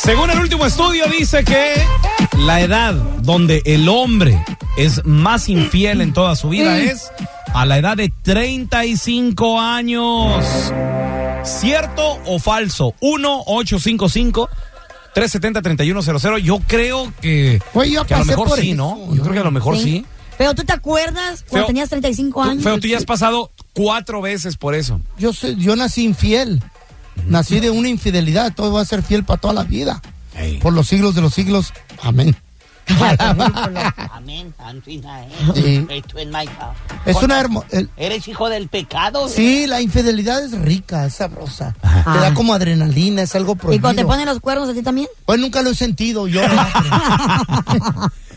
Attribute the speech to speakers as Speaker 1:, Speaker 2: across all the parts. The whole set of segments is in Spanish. Speaker 1: Según el último estudio dice que la edad donde el hombre es más infiel en toda su vida
Speaker 2: Mm.
Speaker 1: es a la edad de 35 años. ¿Cierto o falso? 1-855-370-3100. Yo creo que,
Speaker 2: Güey, yo
Speaker 1: que a lo
Speaker 2: pasé
Speaker 1: mejor
Speaker 2: por
Speaker 1: sí,
Speaker 2: eso,
Speaker 1: ¿no? Yo creo que a lo mejor sí.
Speaker 3: Pero tú te acuerdas cuando
Speaker 1: Feo.
Speaker 3: tenías 35
Speaker 1: Tú,
Speaker 3: años.
Speaker 1: Feo, tú ya has pasado cuatro veces por eso.
Speaker 2: Yo, soy- yo nací infiel. Nací de una infidelidad. Todo va a ser fiel para toda la vida.
Speaker 1: Ey.
Speaker 2: Por los siglos de los siglos. Amén.
Speaker 4: Amén, Santina, eh.
Speaker 2: Sí.
Speaker 4: Esto es Maica.
Speaker 2: Es
Speaker 4: Porque
Speaker 2: una hermo- el-
Speaker 4: Eres hijo del pecado. eh.
Speaker 2: Sí, la infidelidad es rica, es sabrosa. Te
Speaker 3: Ah.
Speaker 2: da como adrenalina, es algo
Speaker 3: ¿Y
Speaker 2: prohibido.
Speaker 3: cuando te ponen los cuernos a ti también?
Speaker 2: Pues nunca lo he sentido yo.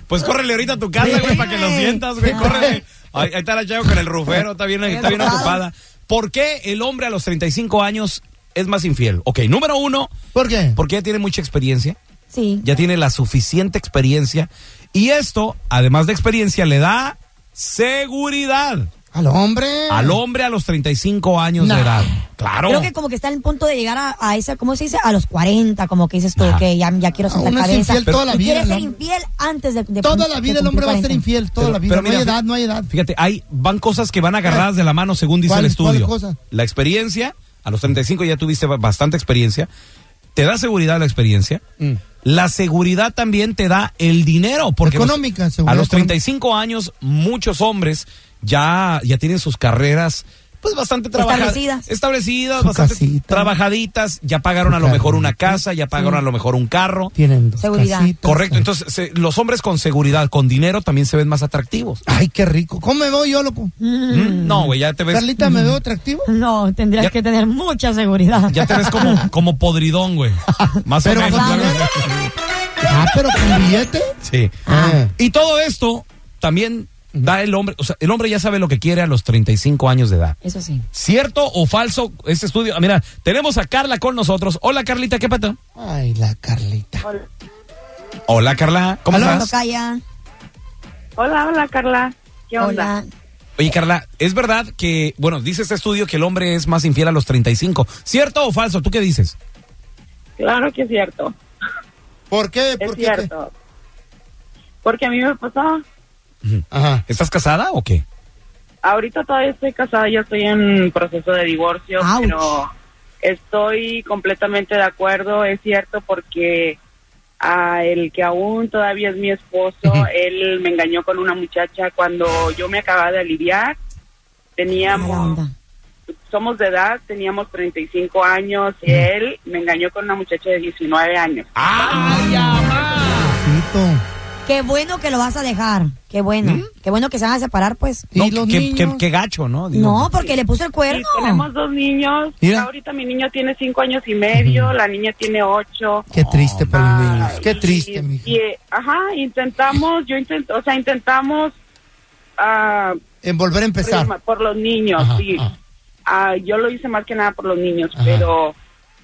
Speaker 1: Pues córrele ahorita a tu casa, güey, para que lo sientas, güey. Córrele. Ahí, ahí está la chava con el rufero, está bien, está bien ocupada. ¿Por qué el hombre a los 35 años es más infiel? Ok, número uno,
Speaker 2: ¿Por qué?
Speaker 1: porque ya tiene mucha experiencia,
Speaker 3: Sí.
Speaker 1: ya tiene la suficiente experiencia. Y esto, además de experiencia, le da seguridad
Speaker 2: Al hombre.
Speaker 1: al hombre a los 35 años
Speaker 2: Nah.
Speaker 1: de edad. Claro.
Speaker 3: Creo que como que está en el punto de llegar a, a esa, ¿cómo se dice? A los 40, como que dices tú, que ya, ya quiero
Speaker 2: A
Speaker 3: sentar
Speaker 2: uno es
Speaker 3: cabeza.
Speaker 2: infiel toda la
Speaker 3: Y
Speaker 2: vida,
Speaker 3: quieres
Speaker 2: ¿no?
Speaker 3: ser infiel antes de, de
Speaker 2: Toda
Speaker 3: cum-
Speaker 2: la
Speaker 3: de
Speaker 2: vida el
Speaker 3: cumplir
Speaker 2: hombre va a ser
Speaker 3: 40.
Speaker 2: infiel, toda
Speaker 1: Pero-
Speaker 2: la vida.
Speaker 1: pero
Speaker 2: No hay
Speaker 1: mira,
Speaker 2: edad,
Speaker 1: fí-
Speaker 2: no hay edad.
Speaker 1: Fíjate, hay, van cosas que van agarradas de la mano según dice
Speaker 2: ¿Cuál-
Speaker 1: el estudio.
Speaker 2: cuál cosa?
Speaker 1: La experiencia, a los 35 ya tuviste ba- bastante experiencia, te da seguridad la experiencia.
Speaker 2: Mm.
Speaker 1: La seguridad también te da el dinero. Porque los-
Speaker 2: Económica, seguridad
Speaker 1: A los
Speaker 2: económica.
Speaker 1: 35 años, muchos hombres ya, ya tienen sus carreras pues bastante trabajadas.
Speaker 3: Establecidas.
Speaker 1: Establecidas,
Speaker 2: Su
Speaker 1: bastante
Speaker 2: casita.
Speaker 1: trabajaditas. Ya pagaron
Speaker 2: Su
Speaker 1: a lo mejor una
Speaker 2: carrita.
Speaker 1: casa, ya pagaron a lo mejor un carro.
Speaker 2: Tienen dos
Speaker 3: Seguridad.
Speaker 2: casitas.
Speaker 1: Correcto, entonces se- los hombres con seguridad, con dinero, también se ven más atractivos.
Speaker 2: Ay, qué rico. ¿Cómo me veo yo, loco?
Speaker 1: Mm, No, güey, ya te ves. Mm.
Speaker 2: Carlita, ¿me veo atractivo?
Speaker 3: No, tendrías
Speaker 1: Ya-
Speaker 3: que tener mucha seguridad.
Speaker 1: Ya te ves como, como podridón, güey. Más
Speaker 2: Pero
Speaker 1: o menos.
Speaker 2: con
Speaker 1: ya ves.
Speaker 2: dinero. Ah, pero con billete.
Speaker 1: Sí.
Speaker 2: Ah.
Speaker 1: Y todo esto también da el hombre. O sea, el hombre ya sabe lo que quiere a los 35 años de edad.
Speaker 3: Eso sí.
Speaker 1: ¿Cierto o falso este estudio? Ah, Mira, tenemos a Carla con nosotros. Hola, Carlita, ¿qué pasa?
Speaker 2: Ay, la Carlita.
Speaker 1: Hola, Carla, ¿cómo
Speaker 2: Hola.
Speaker 1: estás?
Speaker 3: Tocaya.
Speaker 5: Hola, hola Carla. ¿Qué onda?
Speaker 3: Hola.
Speaker 1: Oye, Carla, es verdad que, bueno, dice este estudio que el hombre es más infiel a los 35. ¿Cierto o falso? ¿Tú qué dices?
Speaker 5: Claro que es cierto,
Speaker 2: ¿Por qué?
Speaker 5: es
Speaker 2: ¿Por qué?
Speaker 5: cierto. Porque a mí me pasó,
Speaker 2: Ajá.
Speaker 1: ¿Estás casada o qué?
Speaker 5: ahorita todavía estoy casada, ya estoy en proceso de divorcio,
Speaker 3: Ouch.
Speaker 5: pero estoy completamente de acuerdo, es cierto porque a el que aún todavía es mi esposo, él me engañó con una muchacha cuando yo me acababa de aliviar,
Speaker 3: Mala
Speaker 5: teníamos
Speaker 3: onda.
Speaker 5: somos de edad, teníamos 35 años y él me engañó con una muchacha de 19 años.
Speaker 1: ¡Ay, amá!
Speaker 2: Tito.
Speaker 3: Qué bueno que lo vas a dejar. Qué bueno.
Speaker 1: ¿Mm?
Speaker 3: Qué bueno que se van a separar, pues.
Speaker 2: ¿Y
Speaker 1: No,
Speaker 2: los
Speaker 1: qué,
Speaker 2: niños?
Speaker 1: qué- qué gacho, ¿no? Digo,
Speaker 3: No, porque le puso el cuerno.
Speaker 5: Sí, tenemos dos niños.
Speaker 2: Mira.
Speaker 5: Ahorita mi niño tiene cinco años y medio, la niña tiene ocho.
Speaker 2: Qué triste por los niños.
Speaker 5: Ay,
Speaker 2: Qué triste,
Speaker 5: y-
Speaker 2: mija.
Speaker 5: y, eh, ajá, intentamos, yo intento, o sea, intentamos ah,
Speaker 2: En volver a empezar.
Speaker 5: prima- por los niños,
Speaker 2: Ajá,
Speaker 5: sí.
Speaker 2: ajá.
Speaker 5: Ah, yo lo hice más que nada por los niños,
Speaker 2: Ajá.
Speaker 5: pero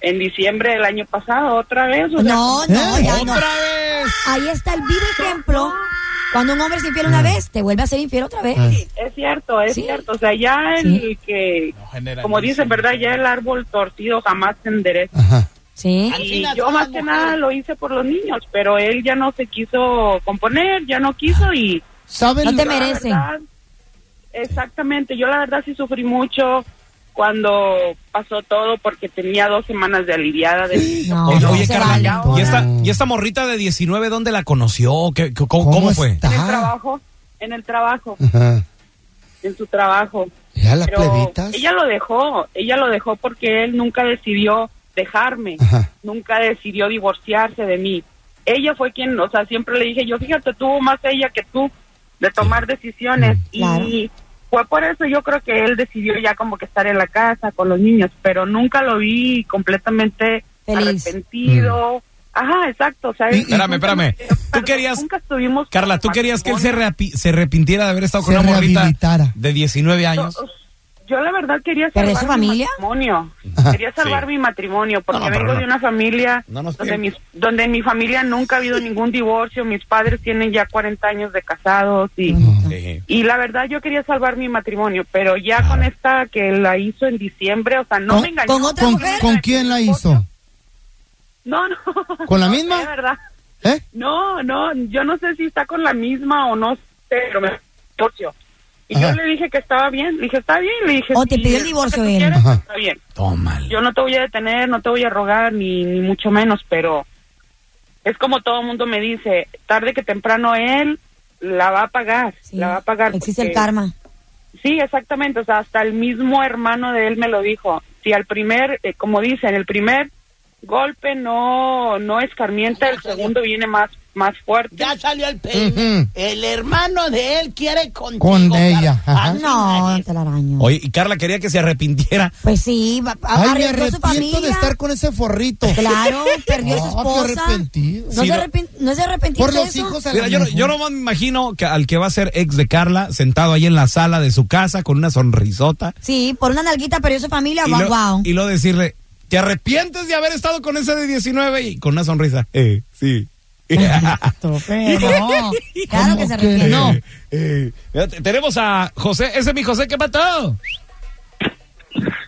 Speaker 5: en diciembre del año pasado, otra vez. o sea,
Speaker 3: No, no,
Speaker 2: ¿Eh?
Speaker 3: ya no.
Speaker 1: ¡Otra vez!
Speaker 3: Ahí está el vivo ejemplo. Cuando un hombre es infiel una vez, te vuelve a ser infiel otra vez.
Speaker 2: Ah.
Speaker 5: es cierto, es
Speaker 3: Sí.
Speaker 5: cierto. O sea, ya el que, como dicen, ¿verdad? Ya el árbol torcido jamás se endereza.
Speaker 2: Ajá.
Speaker 3: Sí.
Speaker 5: Y yo más que nada lo hice por los niños, pero él ya no se quiso componer, ya no quiso y...
Speaker 2: ¿Saben?
Speaker 3: No te
Speaker 5: la
Speaker 3: merecen.
Speaker 5: verdad, exactamente, yo la verdad sí sufrí mucho cuando pasó todo porque tenía dos semanas de aliviada de mi
Speaker 3: No,
Speaker 1: Oye,
Speaker 3: no
Speaker 1: oye,
Speaker 3: se
Speaker 1: Carla,
Speaker 3: vale. pues.
Speaker 1: ¿y, esta,
Speaker 2: No.
Speaker 1: y esta morrita de 19 dónde la conoció? ¿Qué- qué- cómo, cómo fue?
Speaker 2: está?
Speaker 5: en el trabajo, en el trabajo,
Speaker 2: Ajá.
Speaker 5: en su trabajo.
Speaker 2: Ya las
Speaker 5: Pero
Speaker 2: plebitas.
Speaker 5: ella lo dejó, ella lo dejó porque él nunca decidió dejarme,
Speaker 2: Ajá.
Speaker 5: nunca decidió divorciarse de mí. Ella fue quien, o sea, siempre le dije, yo fíjate, tuvo más ella que tú de tomar decisiones y
Speaker 3: Claro.
Speaker 5: fue por eso yo creo que él decidió ya como que estar en la casa con los niños, pero nunca lo vi completamente
Speaker 3: Feliz.
Speaker 5: arrepentido. Ajá, exacto. O sea,
Speaker 2: Y- y-
Speaker 1: Espérame, espérame.
Speaker 5: nunca-
Speaker 1: Tú querías-
Speaker 5: Nunca estuvimos.
Speaker 1: Carla, ¿tú
Speaker 5: como
Speaker 1: querías que él se,
Speaker 5: matrimonio.
Speaker 1: reapi- se arrepintiera de haber estado con
Speaker 2: Se
Speaker 1: una morrita
Speaker 2: rehabilitara.
Speaker 1: de 19 años?
Speaker 5: Yo la verdad quería
Speaker 3: ¿Pero
Speaker 5: salvar
Speaker 3: es su familia?
Speaker 5: mi matrimonio. Quería salvar
Speaker 1: Sí.
Speaker 5: mi matrimonio porque
Speaker 1: No, no, pero
Speaker 5: vengo
Speaker 1: no.
Speaker 5: de una familia
Speaker 1: No nos
Speaker 5: donde,
Speaker 1: pierdas.
Speaker 5: mis, donde en mi familia nunca ha habido ningún divorcio. Mis padres tienen ya 40 años de casados y,
Speaker 1: Sí.
Speaker 5: y la verdad yo quería salvar mi matrimonio, pero ya con esta que la hizo en diciembre, o sea, no
Speaker 2: ¿Con-
Speaker 5: me engañó.
Speaker 3: con otra
Speaker 2: ¿Con,
Speaker 3: mujer?
Speaker 2: con quién la hizo?
Speaker 5: No, no.
Speaker 2: ¿Con la
Speaker 5: No
Speaker 2: misma?
Speaker 5: sé, verdad.
Speaker 2: ¿Eh?
Speaker 5: No, no, yo no sé si está con la misma o no sé, pero me divorcio. Y
Speaker 2: Ajá.
Speaker 5: yo le dije que estaba bien, le dije, está bien, le dije...
Speaker 3: O Oh, te
Speaker 5: "Sí,
Speaker 3: pidió el
Speaker 5: es lo
Speaker 3: divorcio
Speaker 5: que tú
Speaker 3: él".
Speaker 5: quieres,
Speaker 2: Ajá.
Speaker 5: Está bien.
Speaker 1: Tómala.
Speaker 5: Yo no te voy a detener, no te voy a rogar, ni, ni mucho menos, pero es como todo mundo me dice, tarde que temprano él la va a pagar,
Speaker 3: Sí.
Speaker 5: la va a pagar.
Speaker 3: Existe el
Speaker 5: porque-
Speaker 3: karma.
Speaker 5: Sí, exactamente, o sea, hasta el mismo hermano de él me lo dijo. Si al primer, eh, como dicen, el primer golpe no no escarmienta, el segundo viene más más fuerte.
Speaker 4: Ya salió el peine.
Speaker 2: Ujú.
Speaker 4: El hermano de él quiere contigo.
Speaker 2: Con ella,
Speaker 4: Carla.
Speaker 2: ajá.
Speaker 4: Así
Speaker 3: Ah, No,
Speaker 4: Ah, nadie.
Speaker 3: te la araño.
Speaker 1: Oye, y Carla quería que se arrepintiera.
Speaker 3: Pues sí, va- a-
Speaker 2: Ay, me
Speaker 3: arriesgó su
Speaker 2: arrepiento
Speaker 3: familia.
Speaker 2: de estar con ese forrito.
Speaker 3: Claro, perdió a su
Speaker 2: Ah, qué
Speaker 3: esposa.
Speaker 2: arrepentido.
Speaker 3: No,
Speaker 1: Sí,
Speaker 3: se
Speaker 1: no-
Speaker 3: arrepin- no es de arrepentirse
Speaker 2: Por los
Speaker 3: eso.
Speaker 2: hijos a la
Speaker 1: Mira, yo, no-
Speaker 2: mejor.
Speaker 1: yo nomás me imagino que al que va a ser ex de Carla, sentado ahí en la sala de su casa con una sonrisota.
Speaker 3: Sí, por una nalguita perdió su familia.
Speaker 1: y
Speaker 3: Ah, Guau,
Speaker 1: lo-
Speaker 3: guau.
Speaker 1: Y luego decirle, ¿te arrepientes de haber estado con ese de 19? Y con una sonrisa. Eh, sí.
Speaker 3: No, claro que se
Speaker 2: ¿Cómo que
Speaker 3: arrepiente.
Speaker 2: no?
Speaker 1: Eh, eh, mira, te- tenemos a José. Ese es mi José, ¿qué mató?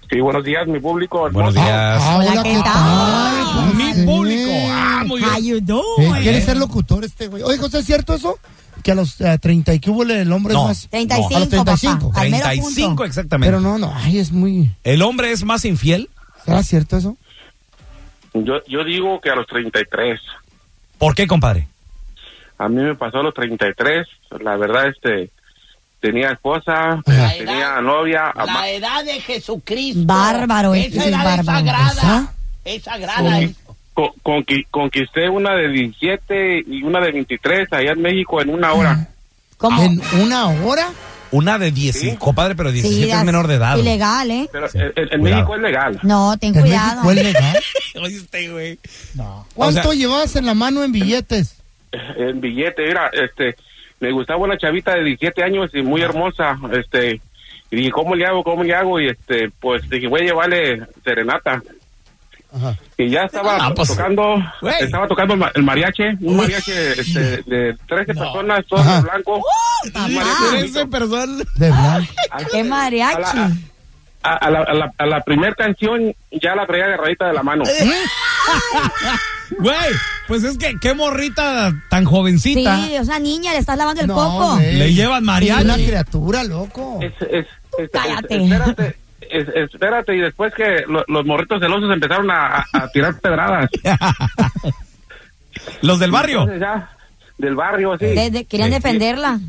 Speaker 6: Sí, buenos días, mi público.
Speaker 1: Buenos
Speaker 6: hermoso.
Speaker 1: días.
Speaker 2: Ah,
Speaker 3: Hola, ¿qué tal?
Speaker 2: José?
Speaker 1: Mi público. Ah, muy bien.
Speaker 3: How you
Speaker 2: Eh,
Speaker 3: doing?
Speaker 2: ¿Quiere ser locutor este güey? Oye, José, ¿es cierto eso? Que a los eh, 30 y que hubo el hombre
Speaker 1: No.
Speaker 2: es más...
Speaker 3: 35,
Speaker 2: No, a los 35.
Speaker 3: papá. Al mero
Speaker 1: 35
Speaker 3: punto.
Speaker 1: exactamente.
Speaker 2: Pero no, no, ay, es muy...
Speaker 1: ¿El hombre es más infiel?
Speaker 2: ¿Será cierto eso?
Speaker 6: Yo, yo digo que a los 33.
Speaker 1: ¿Por qué, compadre?
Speaker 6: A mí me pasó a los 33. La verdad, este. Tenía esposa,
Speaker 2: Ajá.
Speaker 6: tenía novia. ama-
Speaker 4: La edad de Jesucristo.
Speaker 3: Bárbaro,
Speaker 4: Esa
Speaker 3: ese es
Speaker 4: edad
Speaker 3: bárbaro.
Speaker 4: es sagrada.
Speaker 2: ¿Esa?
Speaker 4: Es sagrada.
Speaker 6: Sí. co- conqui- conquisté una de 17 y una de 23 allá en México en una hora.
Speaker 3: ¿Cómo?
Speaker 2: ¿En una hora?
Speaker 1: Una de 10,
Speaker 6: Sí.
Speaker 1: compadre, pero 17
Speaker 3: das-
Speaker 1: es menor de edad. güey.
Speaker 3: Ilegal, ¿eh?
Speaker 6: Pero
Speaker 1: Sí,
Speaker 6: en, en- en
Speaker 1: cuidado.
Speaker 6: México es legal.
Speaker 3: No, ten
Speaker 2: ¿En
Speaker 3: cuidado. ¿eh?
Speaker 2: México es legal?
Speaker 1: Oíste, güey.
Speaker 2: ¿Cuánto
Speaker 1: O sea-
Speaker 2: llevabas en la mano en billetes?
Speaker 6: En billete, era, este. Me gustaba una chavita de 17 años y muy hermosa, este. Y dije, ¿cómo le hago? ¿Cómo le hago? Y este, pues dije, voy a llevarle serenata.
Speaker 2: Ajá.
Speaker 6: y ya estaba
Speaker 1: Ah, pues,
Speaker 6: tocando
Speaker 1: güey.
Speaker 6: estaba tocando el ma- el mariachi un mariachi este, de 13
Speaker 1: No.
Speaker 6: personas todo
Speaker 2: Ajá.
Speaker 6: de blanco
Speaker 3: Papá,
Speaker 1: persona.
Speaker 2: De blanco.
Speaker 6: A-
Speaker 3: qué
Speaker 6: a la,
Speaker 3: mariachi.
Speaker 6: a, a la, a la, a la primera canción ya la traía agarradita de la mano
Speaker 1: Eh. Güey, pues es que qué morrita tan jovencita.
Speaker 3: Sí, es una niña, le estás lavando el
Speaker 2: No,
Speaker 3: coco.
Speaker 2: güey.
Speaker 1: Le llevan mariachi.
Speaker 2: Es una criatura, loco.
Speaker 6: Es- es- es-
Speaker 3: cállate.
Speaker 6: es- espérate es- espérate y después que lo- los morritos celosos empezaron a, a- a tirar pedradas
Speaker 1: Los del barrio.
Speaker 6: Entonces ya, del barrio así
Speaker 3: De- de- querían
Speaker 1: Sí.
Speaker 3: defenderla.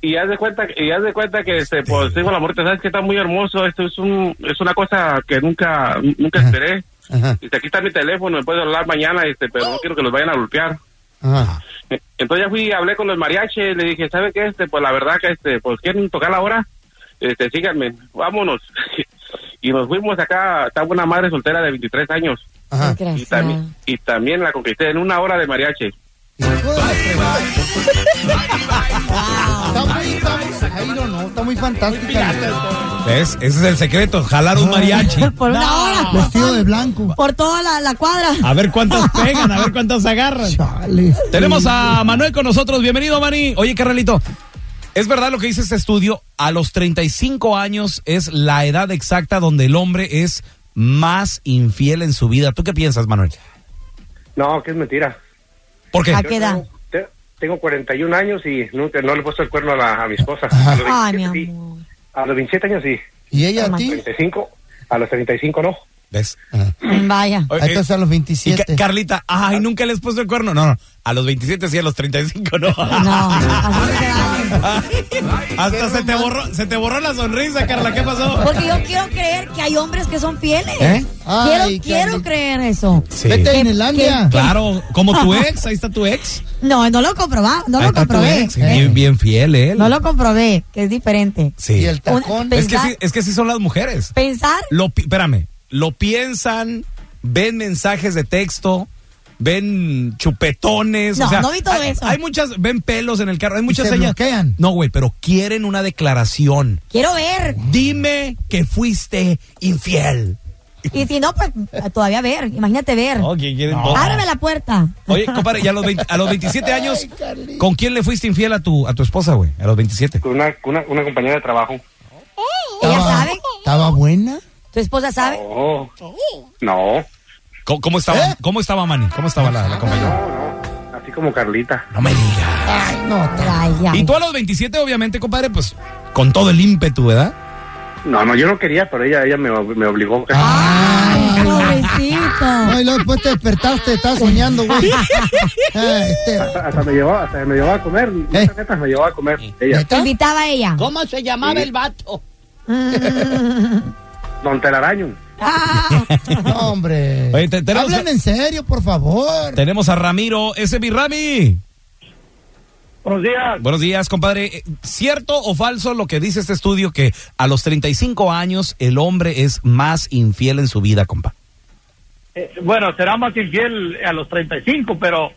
Speaker 6: y haz de cuenta y haz de cuenta que este pues digo la morrita sabes que está muy hermoso esto es un es una cosa que nunca nunca esperé
Speaker 2: Ajá,
Speaker 6: Dice, aquí está mi teléfono, me puedes hablar mañana, este, pero no quiero que los vayan a golpear.
Speaker 1: Ah.
Speaker 2: ajá.
Speaker 6: Eh, Entonces ya fui, hablé con los mariaches, le dije, ¿sabe qué? Este, pues la verdad que, este, pues quieren tocar la hora, este, síganme, vámonos. y nos fuimos acá, estaba una madre soltera de 23 años.
Speaker 1: Ah.
Speaker 2: ajá.
Speaker 6: Y
Speaker 3: Desgraciada.
Speaker 6: también, y también la conquisté en una hora de mariachi.
Speaker 2: Hijo de la fregada. Está muy, está muy, ay, no, no, está muy fantástica.
Speaker 1: ¿Ves? Ese es el secreto, jalar un mariachi.
Speaker 3: Por una hora.
Speaker 2: Vestido de blanco.
Speaker 3: Por toda la, la cuadra.
Speaker 1: A ver cuántas pegan, a ver cuántas agarran.
Speaker 2: Chales.
Speaker 1: Tenemos a Manuel con nosotros. Bienvenido, Mani. Oye, carnalito. Es verdad lo que dice este estudio. A los 35 años es la edad exacta donde el hombre es más infiel en su vida. ¿Tú qué piensas, Manuel?
Speaker 7: No, que es mentira.
Speaker 1: ¿Por qué?
Speaker 3: ¿A qué edad?
Speaker 7: Te- Tengo 41 años y nunca no le he puesto el cuerno a, la- a mi esposa.
Speaker 2: Ajá.
Speaker 7: A los, 27,
Speaker 3: Ay, mi
Speaker 7: sí.
Speaker 3: amor.
Speaker 7: a los 27 años sí.
Speaker 2: ¿Y ella a ti?
Speaker 7: 35, a los 35 no.
Speaker 1: ¿Ves?
Speaker 2: Ajá.
Speaker 3: Vaya.
Speaker 1: Oye,
Speaker 2: Ahí estás a los
Speaker 1: Y Ca-
Speaker 2: 27.
Speaker 1: Carlita, ay, nunca les puso el cuerno. No, no, a los 27 sí, a los 35 no.
Speaker 3: No, así no se vale.
Speaker 1: Hasta se te borró, se te borró la sonrisa, Carla, ¿qué pasó?
Speaker 3: Porque yo quiero creer que hay hombres que son fieles.
Speaker 1: ¿Eh?
Speaker 3: Quiero,
Speaker 2: Ay,
Speaker 3: quiero
Speaker 2: Carlita.
Speaker 3: creer eso.
Speaker 1: Sí.
Speaker 2: Vete a
Speaker 3: ¿Qué-
Speaker 2: Inlandia.
Speaker 1: Claro, como tu ex, ahí está tu ex.
Speaker 3: No, no lo comprobá, no
Speaker 1: Ahí
Speaker 3: lo
Speaker 1: está tu
Speaker 3: comprobé.
Speaker 1: ex, Bien, bien fiel, ¿eh?
Speaker 3: No lo comprobé, que es diferente.
Speaker 1: Sí.
Speaker 2: Y el tacón.
Speaker 3: Una-
Speaker 1: Es que
Speaker 3: pensar-
Speaker 1: sí, es que sí son las mujeres.
Speaker 3: Pensar
Speaker 1: Lo, pi- espérame, lo piensan, ven mensajes de texto, ven chupetones.
Speaker 3: No,
Speaker 1: o sea,
Speaker 3: no vi todo
Speaker 1: hay,
Speaker 3: eso.
Speaker 1: hay muchas, ven pelos en el carro, hay muchas
Speaker 2: se
Speaker 1: señas.
Speaker 2: bloquean.
Speaker 1: No, güey, pero quieren una declaración.
Speaker 3: Quiero ver.
Speaker 1: Dime que fuiste infiel.
Speaker 3: Y si no, pues todavía ver. Imagínate ver.
Speaker 1: Oh, No, que quieren todo.
Speaker 3: Ábreme la puerta.
Speaker 1: Oye, compadre, y a los, 20 a los 27 años, ¿con quién le fuiste infiel a tu, a tu esposa, güey? A los 27.
Speaker 6: Con una, con una, una compañera de trabajo.
Speaker 3: Ella
Speaker 2: Estaba-
Speaker 3: sabe.
Speaker 2: ¿Estaba buena?
Speaker 3: Tu esposa sabe.
Speaker 6: Oh. No,
Speaker 1: ¿Cómo, cómo estaba,
Speaker 2: ¿Eh?
Speaker 1: ¿Cómo estaba Manny? ¿Cómo estaba la, la compañera?
Speaker 6: así como Carlita.
Speaker 1: No me digas.
Speaker 2: Ay, no.
Speaker 3: Ay, ay.
Speaker 1: Y tú a los 27, obviamente, compadre, pues con todo el ímpetu, ¿verdad?
Speaker 6: No, no, yo no quería, pero ella, ella me, me obligó.
Speaker 3: Ah. Ay,
Speaker 2: No,
Speaker 3: pobrecito.
Speaker 2: y luego después te despertaste, estás soñando, güey. Ay, este-
Speaker 6: Hasta me llevó, hasta me llevó a comer.
Speaker 2: ¿Eh?
Speaker 6: Neta, me llevó a comer. Ella.
Speaker 3: Te
Speaker 2: ¿Neta?
Speaker 3: invitaba a ella.
Speaker 4: ¿Cómo se llamaba el vato?
Speaker 6: Don Telaraño.
Speaker 3: Ah,
Speaker 2: No, hombre.
Speaker 1: Oye, te- tenemos-
Speaker 2: Hablen en serio, por favor.
Speaker 1: Tenemos a Ramiro, ese mi Rami.
Speaker 6: Buenos días.
Speaker 1: Buenos días, compadre. Eh, ¿Cierto o falso lo que dice este estudio que a los 35 años el hombre es más infiel en su vida, compa?
Speaker 8: Eh, bueno, será más infiel a los 35, pero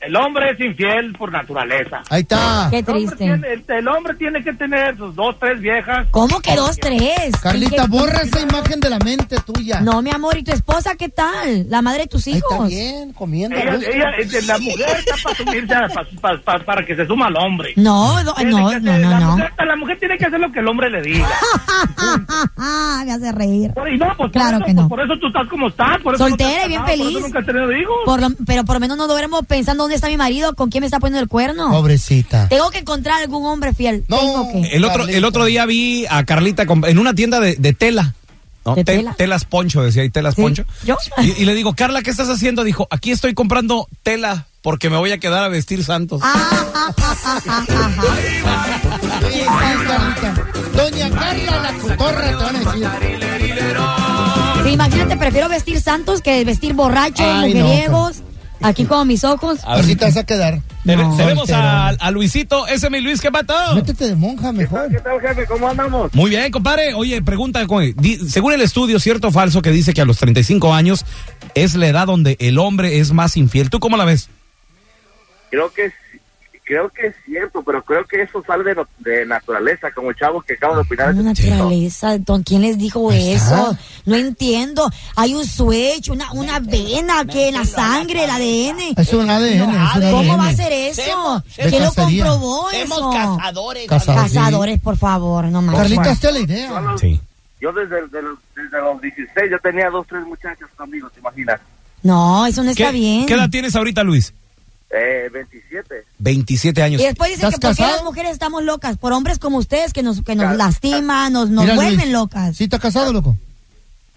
Speaker 8: el hombre es infiel por naturaleza.
Speaker 2: Ahí está.
Speaker 3: qué
Speaker 8: El hombre, tiene,
Speaker 3: triste.
Speaker 8: el, el hombre tiene que tener sus dos, tres viejas.
Speaker 3: ¿Cómo que dos, tres?
Speaker 2: Carlita,
Speaker 3: ¿Qué-
Speaker 2: borra esa imagen de la mente tuya.
Speaker 3: No, mi amor, ¿y tu esposa qué tal? La madre de tus
Speaker 2: Ahí está
Speaker 3: hijos.
Speaker 2: bien, comiendo.
Speaker 8: Ella-
Speaker 2: gusto.
Speaker 8: ella- eh, la mujer está para sumirse a- pa- pa- pa- para que se suma al hombre.
Speaker 3: No, no,
Speaker 8: Tiene que
Speaker 3: no, no,
Speaker 8: hacer- la,
Speaker 3: no. no.
Speaker 8: Mujer, la mujer tiene que hacer lo que el hombre le diga.
Speaker 3: Me hace reír.
Speaker 8: Por- Y no, pues
Speaker 3: Claro
Speaker 8: por, eso,
Speaker 3: que no.
Speaker 8: por eso tú estás como estás. Por eso
Speaker 3: Soltera
Speaker 8: no
Speaker 3: y bien
Speaker 8: te has
Speaker 3: feliz.
Speaker 8: casado, Por eso nunca has tenido hijos.
Speaker 3: Por lo- pero por lo menos no duermo pensando dónde está mi marido, con quién me está poniendo el cuerno.
Speaker 2: Pobrecita.
Speaker 3: Tengo que encontrar algún hombre fiel.
Speaker 2: No.
Speaker 3: Tengo que.
Speaker 1: El otro,
Speaker 2: Carlita.
Speaker 1: el otro día vi a Carlita comp- en una tienda de, de tela. ¿no?
Speaker 3: ¿De
Speaker 1: Te-
Speaker 3: tela?
Speaker 1: Telas Poncho, decía ahí, telas
Speaker 3: Sí,
Speaker 1: Poncho.
Speaker 3: ¿yo?
Speaker 1: Y, y le digo, Carla, ¿qué estás haciendo? Dijo, aquí estoy comprando tela porque me voy a quedar a vestir santos.
Speaker 3: Ah, ah, ah, ah, ah, ah.
Speaker 2: Ahí está, Carlita. Doña Carla la cotorra, te van a decir.
Speaker 3: Sí, imagínate, prefiero vestir santos que vestir borrachos,
Speaker 2: Ay, no,
Speaker 3: mujeriegos. aquí con mis ojos.
Speaker 1: A ver.
Speaker 2: Así te vas a quedar.
Speaker 1: Ten-
Speaker 3: no,
Speaker 1: tenemos
Speaker 2: soltero.
Speaker 1: a, a Luisito, ese es mi Luis, ¿qué mató?
Speaker 2: Métete de monja mejor.
Speaker 6: tal, jefe? ¿Cómo andamos?
Speaker 1: Muy bien, compadre. Oye, pregunta, güey, di- según el estudio, ¿cierto o falso que dice que a los 35 años es la edad donde el hombre es más infiel? ¿Tú cómo la ves?
Speaker 6: Creo que sí- creo que es cierto, pero creo que eso sale de, no- de naturaleza, como chavos que acaban de opinar.
Speaker 3: Una
Speaker 6: hace poquito.
Speaker 3: Ah, naturaleza, don, ¿quién les dijo
Speaker 2: Ahí está.
Speaker 3: eso? No entiendo. Hay un switch, una, una vena que en la sangre, el ADN.
Speaker 2: Es un ADN. es un ADN.
Speaker 3: ¿Cómo va a ser eso?
Speaker 4: Semos-
Speaker 2: De
Speaker 3: ¿Quién lo
Speaker 2: cacería.
Speaker 3: comprobó eso?
Speaker 4: Somos cazadores.
Speaker 2: Caza-
Speaker 3: Cazadores, por favor, no más.
Speaker 2: Carlita, hazte la
Speaker 6: Yo, a
Speaker 2: idea.
Speaker 6: los- yo desde, de los, desde los 16 yo tenía dos, tres muchachos conmigo, ¿te imaginas?
Speaker 3: No, eso no está
Speaker 1: ¿Qué-
Speaker 3: bien.
Speaker 1: ¿Qué edad tienes ahorita, Luis?
Speaker 6: Eh, 27.
Speaker 1: 27 años.
Speaker 3: Y después dicen que
Speaker 2: ¿Estás
Speaker 3: por qué las
Speaker 2: casado?
Speaker 3: mujeres estamos locas, por hombres como ustedes que nos, que nos
Speaker 6: Claro.
Speaker 3: lastiman, nos, nos
Speaker 2: Mira,
Speaker 3: vuelven
Speaker 2: Luis,
Speaker 3: locas.
Speaker 2: ¿Sí estás casado, loco?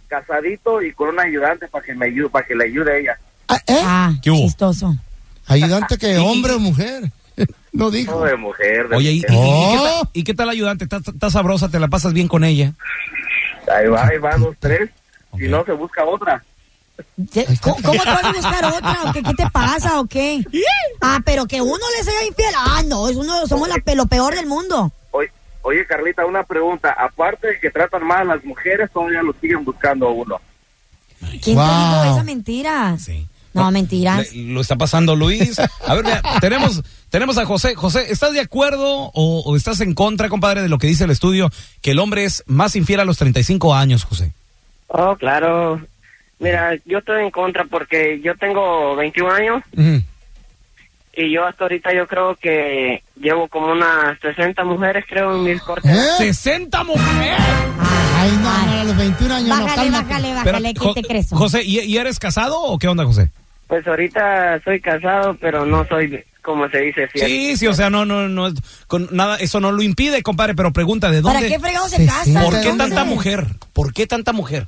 Speaker 6: Casadito y con un ayudante para que me ayude, para que le ayude a ella.
Speaker 2: Ah, ¿eh?
Speaker 3: Ah,
Speaker 1: ¿Qué hubo?
Speaker 3: chistoso.
Speaker 2: Ayudante que hombre o mujer. No dijo.
Speaker 6: No, de mujer. de
Speaker 1: Oye, ¿y, y- y
Speaker 6: mujer.
Speaker 3: Oh.
Speaker 1: qué tal, y qué tal ayudante? ¿Estás estás sabrosa? ¿Te la pasas bien con ella?
Speaker 6: Ahí va, ahí va, dos, tres.
Speaker 1: Ok.
Speaker 6: Si no, se busca otra.
Speaker 3: ¿Qué- ¿Cómo, cómo te vas a buscar otra? ¿O qué, ¿Qué te pasa o qué? Ah, pero que uno le sea infiel. Ah, no, es uno, somos la pe- lo peor del mundo.
Speaker 6: Oye, oye, Carlita, una pregunta. Aparte de que tratan mal a las mujeres, todavía lo siguen buscando a uno.
Speaker 3: ¿Quién te
Speaker 2: Wow.
Speaker 3: dijo esa mentira? No, mentiras.
Speaker 1: Ah, Le- lo está pasando Luis. A ver, mira, tenemos, tenemos a José. José, ¿estás de acuerdo o, o estás en contra, compadre, de lo que dice el estudio, que el hombre es más infiel a los 35 años, José?
Speaker 5: Oh, claro. Mira, yo estoy en contra porque yo tengo 21 años y yo hasta ahorita yo creo que llevo como unas 60 mujeres, creo, en mis cortes.
Speaker 2: ¿Eh?
Speaker 1: 60 mujeres.
Speaker 2: Ay, no,
Speaker 3: Ay.
Speaker 2: no, a los 21 años no,
Speaker 3: Ah. Bájale,
Speaker 2: cálmate.
Speaker 3: bájale,
Speaker 1: Espera,
Speaker 3: bájale, que
Speaker 1: Jo-
Speaker 3: te crees?
Speaker 1: José, ¿y, y eres casado o qué onda, José?
Speaker 5: Pues ahorita soy casado, pero no soy, como se dice, fiel.
Speaker 1: Sí, sí, o sea, no, no, no, con nada, eso no lo impide, compadre, pero pregunta, ¿de
Speaker 3: ¿Para
Speaker 1: dónde?
Speaker 3: qué fregados se
Speaker 2: Sí, sí.
Speaker 3: casan?
Speaker 1: ¿Por qué
Speaker 3: ¿De dónde?
Speaker 1: tanta mujer? ¿Por qué tanta mujer?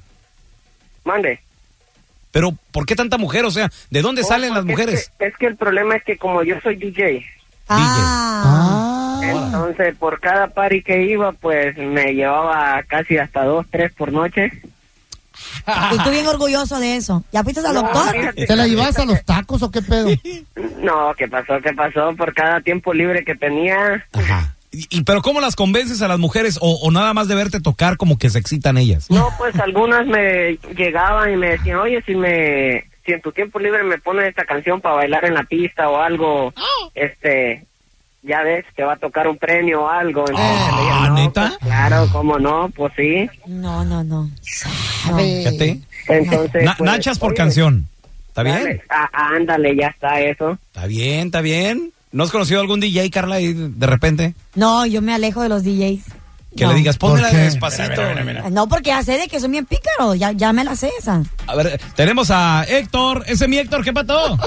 Speaker 5: Mande.
Speaker 1: Pero, ¿por qué tanta mujer? O sea, ¿de dónde salen
Speaker 5: Oh,
Speaker 1: las
Speaker 5: porque
Speaker 1: mujeres?
Speaker 5: Es que, es que el problema es que como yo soy DJ,
Speaker 3: Ah,
Speaker 2: Ah,
Speaker 5: entonces por cada party que iba, pues me llevaba casi hasta dos, tres por noche.
Speaker 3: y tú bien orgulloso de eso. ¿Ya fuiste al
Speaker 5: No,
Speaker 3: doctor?
Speaker 5: fíjate,
Speaker 2: ¿Te la llevas a los tacos o qué pedo?
Speaker 5: No, ¿qué pasó? ¿Qué pasó? Por cada tiempo libre que tenía,
Speaker 1: Ajá. Y, y- pero ¿cómo las convences a las mujeres o, o nada más de verte tocar como que se excitan ellas?
Speaker 9: No, pues algunas me llegaban y me decían, oye, si me, si en tu tiempo libre me pones esta canción para bailar en la pista o algo,
Speaker 1: Oh.
Speaker 9: este, ya ves, te va a tocar un premio o algo.
Speaker 1: Oh,
Speaker 9: Entonces, le dije, "No, pues, claro, cómo no, pues sí.
Speaker 3: No, no, no.
Speaker 1: Fíjate.
Speaker 9: Entonces,
Speaker 1: Na-
Speaker 9: pues,
Speaker 1: nachas por
Speaker 9: oye,
Speaker 1: canción. ¿Está bien?
Speaker 9: dale, á- ándale, ya está eso.
Speaker 1: Está bien, está bien. ¿No has conocido algún DJ, Carla, y de repente?
Speaker 3: No, yo me alejo de los DJs.
Speaker 1: Que
Speaker 3: No.
Speaker 1: le digas,
Speaker 3: ¿Por
Speaker 1: pónmela
Speaker 3: qué?
Speaker 1: despacito.
Speaker 3: No, porque ya sé de que son bien pícaros. Ya, ya me la sé esa.
Speaker 1: A ver, tenemos a Héctor. Ese es mi Héctor, ¿qué pato?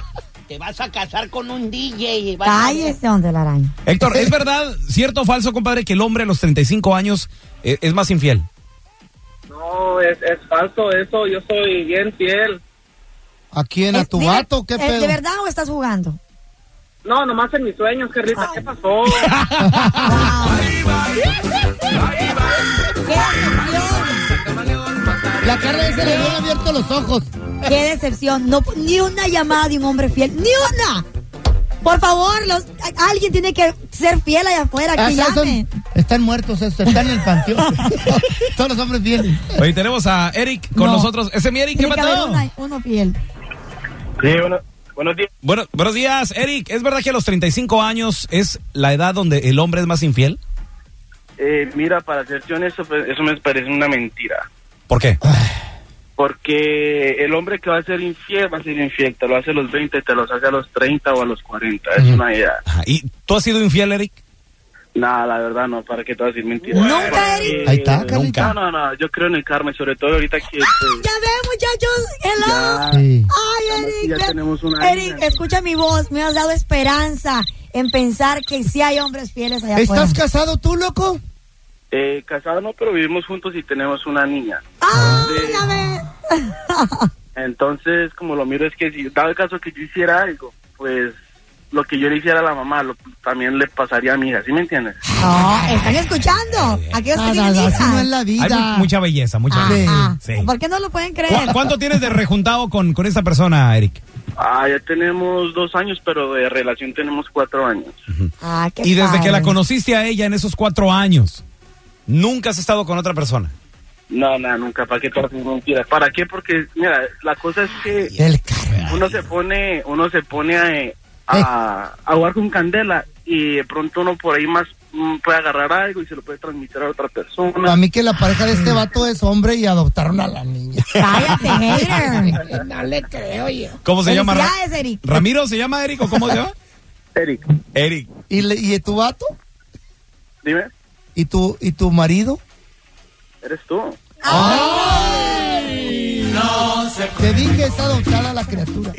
Speaker 4: Te vas a casar con un DJ. y vas a-
Speaker 3: Cállese, don de la araña.
Speaker 1: Héctor, ¿es verdad, cierto o falso, compadre, que el hombre a los 35 años eh, es más infiel?
Speaker 8: No, es, es falso eso, yo soy bien fiel.
Speaker 2: ¿A quién? ¿A tu
Speaker 3: Dime,
Speaker 2: vato? ¿Qué
Speaker 3: ¿eh,
Speaker 2: pedo?
Speaker 3: ¿De verdad o estás jugando?
Speaker 8: No, nomás en mis sueños, Carlita, ¿qué pasó?
Speaker 2: Ah. La Carla dice, le habían abierto los ojos.
Speaker 3: Qué decepción. No, ni una llamada de un hombre fiel. ¡Ni una! Por favor, los, a- alguien tiene que ser fiel allá afuera.
Speaker 2: Ah,
Speaker 3: Que
Speaker 2: esos
Speaker 3: llame.
Speaker 2: Están muertos, esos, están en el panteón. Todos los hombres bien.
Speaker 1: Oye, tenemos a Eric con
Speaker 2: No.
Speaker 1: nosotros. Ese es mi Eric, ¿qué
Speaker 3: Tiene que haber
Speaker 1: pato?
Speaker 3: una- uno fiel.
Speaker 8: buenos días.
Speaker 1: Bueno, buenos días, Eric. ¿Es verdad que a los 35 años es la edad donde el hombre es más infiel?
Speaker 8: Eh, mira, para ser honesto, pues, eso me parece una mentira.
Speaker 1: ¿Por qué?
Speaker 8: Porque el hombre que va a ser infiel, va a ser infiel. Te lo hace a los 20, te los hace a los 30 o a los 40. Es
Speaker 1: Ujú.
Speaker 8: una idea.
Speaker 1: Ajá, ¿Y tú has sido infiel, Eric?
Speaker 8: Nada, la verdad no, para que te vas a decir mentira.
Speaker 3: Nunca, Eric.
Speaker 2: Ahí está,
Speaker 8: No,
Speaker 2: Carlita.
Speaker 8: no, no, yo creo en el karma, y sobre todo ahorita que... pues,
Speaker 3: Ah, Ya ve, muchachos. Hello.
Speaker 8: ya-
Speaker 2: Sí.
Speaker 3: Ay, Eric.
Speaker 8: ya
Speaker 3: ve-
Speaker 8: tenemos una
Speaker 3: Eric, escucha mi voz. Me has dado esperanza en pensar que sí hay hombres fieles allá afuera.
Speaker 2: ¿Estás casado tú, loco?
Speaker 8: eh, casado no, pero vivimos juntos y tenemos una niña.
Speaker 3: ¡Ah,
Speaker 8: Sí.
Speaker 3: ya ve!
Speaker 8: Entonces, como lo miro es que si dado el caso que yo hiciera algo, pues lo que yo le hiciera a la mamá lo- también le pasaría a mi hija, ¿sí me entiendes?
Speaker 3: No, ¿están escuchando? Aquellos que
Speaker 2: No, no,
Speaker 3: tienen
Speaker 2: no,
Speaker 3: hijas.
Speaker 2: así no es la
Speaker 1: Hay
Speaker 2: vida.
Speaker 1: mu- mucha belleza, mucha
Speaker 3: Ajá.
Speaker 1: belleza. Sí.
Speaker 3: ¿Por qué no lo pueden creer?
Speaker 1: ¿Cu- ¿Cuánto tienes de rejuntado con, con esa persona, Eric?
Speaker 8: Ah, ya tenemos dos años, pero de relación tenemos cuatro años.
Speaker 3: Ah, qué
Speaker 1: Y desde que la
Speaker 3: padre.
Speaker 1: conociste a ella en esos cuatro años, nunca has estado con otra persona.
Speaker 8: No, no, nunca, ¿para qué todas esas mentiras? ¿Para qué? Porque, mira, la cosa es que
Speaker 2: El karma.
Speaker 8: uno se pone, uno se pone a, eh, a, a jugar con candela y de pronto uno por ahí más mm, puede agarrar algo y se lo puede transmitir a otra
Speaker 2: Para
Speaker 8: persona.
Speaker 2: mí que la pareja de este vato es hombre y adoptaron a la niña.
Speaker 3: Cállate, hater.
Speaker 2: No le creo yo.
Speaker 1: ¿Cómo se llama? Ra-
Speaker 3: Felicidades, Eric.
Speaker 1: ¿Ramiro se llama Eric o cómo se llama?
Speaker 8: Eric,
Speaker 1: Eric.
Speaker 2: ¿Y, le- y tu vato?
Speaker 8: dime,
Speaker 2: ¿Y tu, ¿Y tu marido?
Speaker 8: ¿eres tú?
Speaker 2: Te dije, es adoptada la criatura.